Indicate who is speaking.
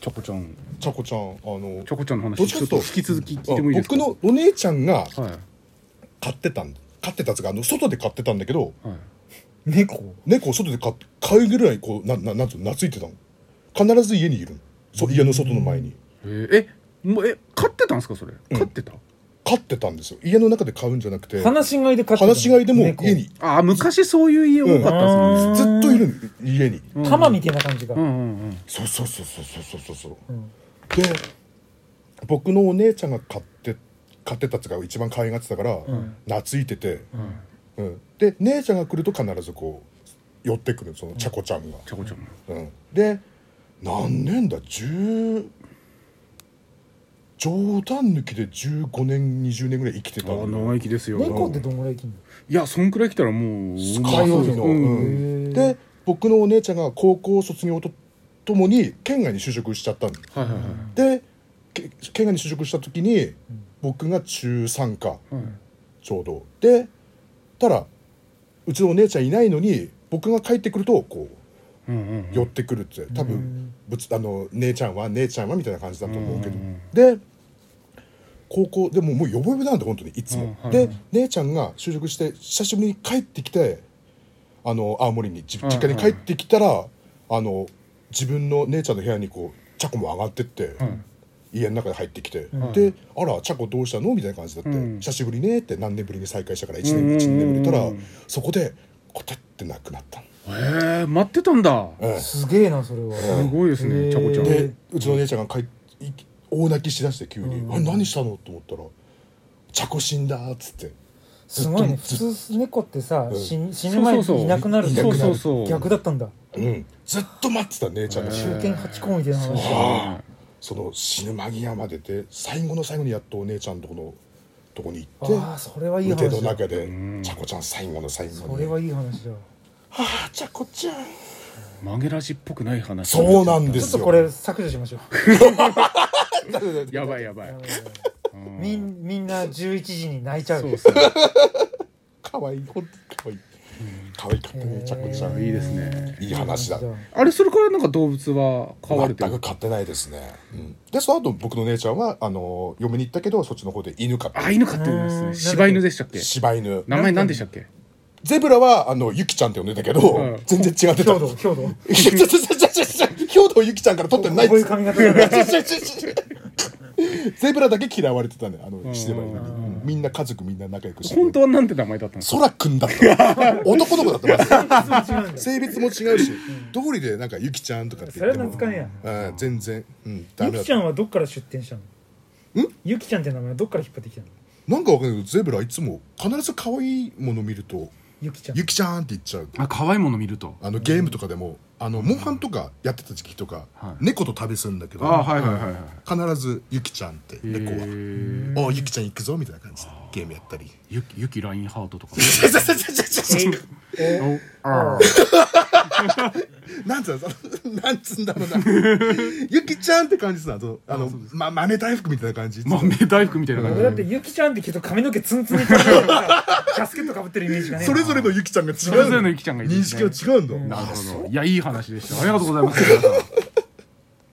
Speaker 1: チョコちゃん
Speaker 2: ちゃこちゃんあの
Speaker 1: チョコちゃんの話
Speaker 2: どっち
Speaker 1: ち
Speaker 2: か
Speaker 1: ょ
Speaker 2: とい
Speaker 1: っ
Speaker 2: うと
Speaker 1: と引き続き聞いてもいいですか
Speaker 2: あ僕のお姉ちゃんが
Speaker 1: はい
Speaker 2: 買ってたん買ってたやつがあの外で買ってたんだけど
Speaker 1: はい
Speaker 2: 猫猫を外で買って買うぐらいこうなななんつうの懐いてたの必ず家にいるのそ家の外の前に
Speaker 1: えーえもうえ買ってたんですかそれ
Speaker 2: ん
Speaker 1: 買ってた、
Speaker 2: 飼ってたんですよ家の中で買うんじゃなくて
Speaker 3: 話し飼いで飼ってたの
Speaker 2: 放し飼いでも
Speaker 3: 猫
Speaker 2: 家に
Speaker 1: ああ昔そういう家多かったですもんね、
Speaker 3: うん
Speaker 2: ずっといるの家に
Speaker 1: うん
Speaker 3: 玉みたいな感じが、
Speaker 1: うんうんうん
Speaker 2: そうそうそうそうそうそうそう
Speaker 3: うん
Speaker 2: で僕のお姉ちゃんが買って買ってたやつが一番可愛がってたから、
Speaker 1: ん
Speaker 2: 懐いてて、
Speaker 1: ん
Speaker 2: うんで姉ちゃんが来ると必ずこう寄ってくるそのちゃこちゃんが、
Speaker 1: チョコちゃん
Speaker 2: うん、で何年だ10冗談抜きで15年20年ぐらい生きてた
Speaker 1: ああ長生きですよ
Speaker 3: 猫ってどんぐらい生きんの
Speaker 1: いやそんくらい来たらもう
Speaker 2: スカイ
Speaker 1: う
Speaker 2: の、
Speaker 1: ん
Speaker 2: うんで僕のお姉ちゃんが高校卒業とともに県外に就職しちゃったん
Speaker 1: はいはいはい
Speaker 2: でけ県外に就職した時に僕が中3か
Speaker 1: はい
Speaker 2: ちょうどでたらうちのお姉ちゃんいないのに僕が帰ってくるとこう
Speaker 1: うんうん
Speaker 2: 寄ってくるって多分ぶつあの姉ちゃんは姉ちゃんはみたいな感じだと思うけど
Speaker 1: うんうんうん
Speaker 2: で高校でもうもうヨボヨボなんで本当にいつ
Speaker 1: うん
Speaker 2: も
Speaker 1: はいはい
Speaker 2: で姉ちゃんが就職して久しぶりに帰ってきてあの青森にじ
Speaker 1: うんうん
Speaker 2: 実家に帰ってきたらあの自分の姉ちゃんの部屋にこうチャコも上がってって
Speaker 1: うん
Speaker 2: 家の中に入ってきて
Speaker 1: ん
Speaker 2: で「あらチャコどうしたの?」みたいな感じだって
Speaker 1: うん
Speaker 2: 「久しぶりね」って何年ぶりに再会したから1
Speaker 1: うんうんうん
Speaker 2: 年1年ぶりたらそこでコテって亡くなったの
Speaker 1: へえ待ってたんだ
Speaker 2: ええ
Speaker 3: すげえなそれは
Speaker 1: すごいですね
Speaker 3: へー
Speaker 1: チャコちゃん
Speaker 3: え
Speaker 2: でうちの姉ちゃんが帰ってい大泣きしだして急に「
Speaker 3: うん
Speaker 2: あ何したの?」と思ったら「茶子死んだ」っつって
Speaker 3: すごいね
Speaker 2: ずっ
Speaker 3: 普通猫ってさ、
Speaker 2: うん
Speaker 3: 死に死ぬ前にいなくなるって
Speaker 1: そうそうそう
Speaker 3: 逆だったんだ
Speaker 2: うんずっと待ってた姉ちゃんの死
Speaker 3: 中
Speaker 2: ぬ
Speaker 3: 堅八公みたいな話
Speaker 2: そうその死ぬ間際までで最後の最後にやっとお姉ちゃんのとこのとこに行って
Speaker 3: ああそれはいい
Speaker 2: 腕
Speaker 3: 話
Speaker 2: の
Speaker 3: だ
Speaker 2: 中で
Speaker 1: うん
Speaker 2: 「茶子ちゃん最後の最後に」
Speaker 3: それはいい話だ
Speaker 2: はあ茶子ちゃん」
Speaker 1: 曲げらしっぽくない話
Speaker 2: そうなんで
Speaker 3: ちょっ
Speaker 2: す
Speaker 3: と
Speaker 2: よ
Speaker 3: これ削除しましょ う
Speaker 1: やばいやばいうん
Speaker 3: みんみんな11時に泣いちゃう
Speaker 1: そうそう
Speaker 2: かわいいほんとかわいいかわいかったね茶子ちゃ
Speaker 1: あ
Speaker 2: ん
Speaker 1: いいですね
Speaker 2: いい話だ
Speaker 1: あれそれからなんか動物は飼われ
Speaker 2: 全
Speaker 1: てる
Speaker 2: く買ってないですね、うん、でその後僕の姉ちゃんはあの嫁に行ったけどそっちの方で犬飼って
Speaker 1: あ犬飼ってるんですね柴犬でしたっけ
Speaker 2: 柴犬
Speaker 1: 名前何でしたっけ
Speaker 2: ゼブラはあのゆきちゃんって呼んでたけど、
Speaker 1: うん
Speaker 2: 全然違ってた
Speaker 3: 兵道兵道
Speaker 2: いやちょちょちょちょちょちょ兵頭ゆきちゃんから取ってない
Speaker 3: こういう
Speaker 2: ちょ
Speaker 3: 髪型じゃない
Speaker 2: ちょちょちょ ゼブラだけ嫌われてたねあのシネマに
Speaker 1: うん
Speaker 2: みんな家族みんな仲良くして
Speaker 1: 本当はなんて名前だったんですか
Speaker 2: ソラくんだ った男の子だったま
Speaker 3: いつも違うんだ
Speaker 2: ず
Speaker 3: よ
Speaker 2: 性別も違うしどうりでなんかゆきちゃんとかって
Speaker 3: そ
Speaker 2: 言
Speaker 3: れ
Speaker 2: って
Speaker 3: は
Speaker 2: も
Speaker 3: 懐かんや
Speaker 2: うん全然うんダ
Speaker 3: ゆ
Speaker 2: メだっ
Speaker 3: きちゃ
Speaker 2: た
Speaker 3: んはどっから出店したの
Speaker 2: ん
Speaker 3: ゆきちゃんって名前はどっから引っ張ってきたの
Speaker 2: なんかわかんないけどゼブラいつも必ず可愛いもの見ると
Speaker 3: ゆきちゃん
Speaker 2: ゆきちゃんって言っちゃう
Speaker 1: あ可愛いもの見ると
Speaker 2: あのゲームとかでもあのモンハンとかやってた時期とか、
Speaker 1: はい
Speaker 2: 猫と旅するんだけど
Speaker 1: あはいはいはいはい
Speaker 2: 必ず「ゆきちゃん」って猫
Speaker 1: へ
Speaker 2: は
Speaker 1: ー
Speaker 2: 「おうゆきちゃん行くぞ」みたいな感じでゲームやったり
Speaker 1: ゆきゆきラインハートとかおあ
Speaker 2: なんつうのそのなんつうんだろうなゆきちゃんって感じさあのあのま、豆大福みたいな感じ、
Speaker 1: まあ、大福みたいな感じ
Speaker 3: 俺だってゆきちゃんって聞くと髪の毛ツンツンにか ぶってるからキャスケットかぶってるイメージがね
Speaker 2: それぞれのゆきちゃんが違う
Speaker 1: それぞれのゆきちゃんがいるん
Speaker 2: 認
Speaker 1: ですね
Speaker 2: 識は違うんだ、
Speaker 1: なるほどいやいい話でしたありがとうございます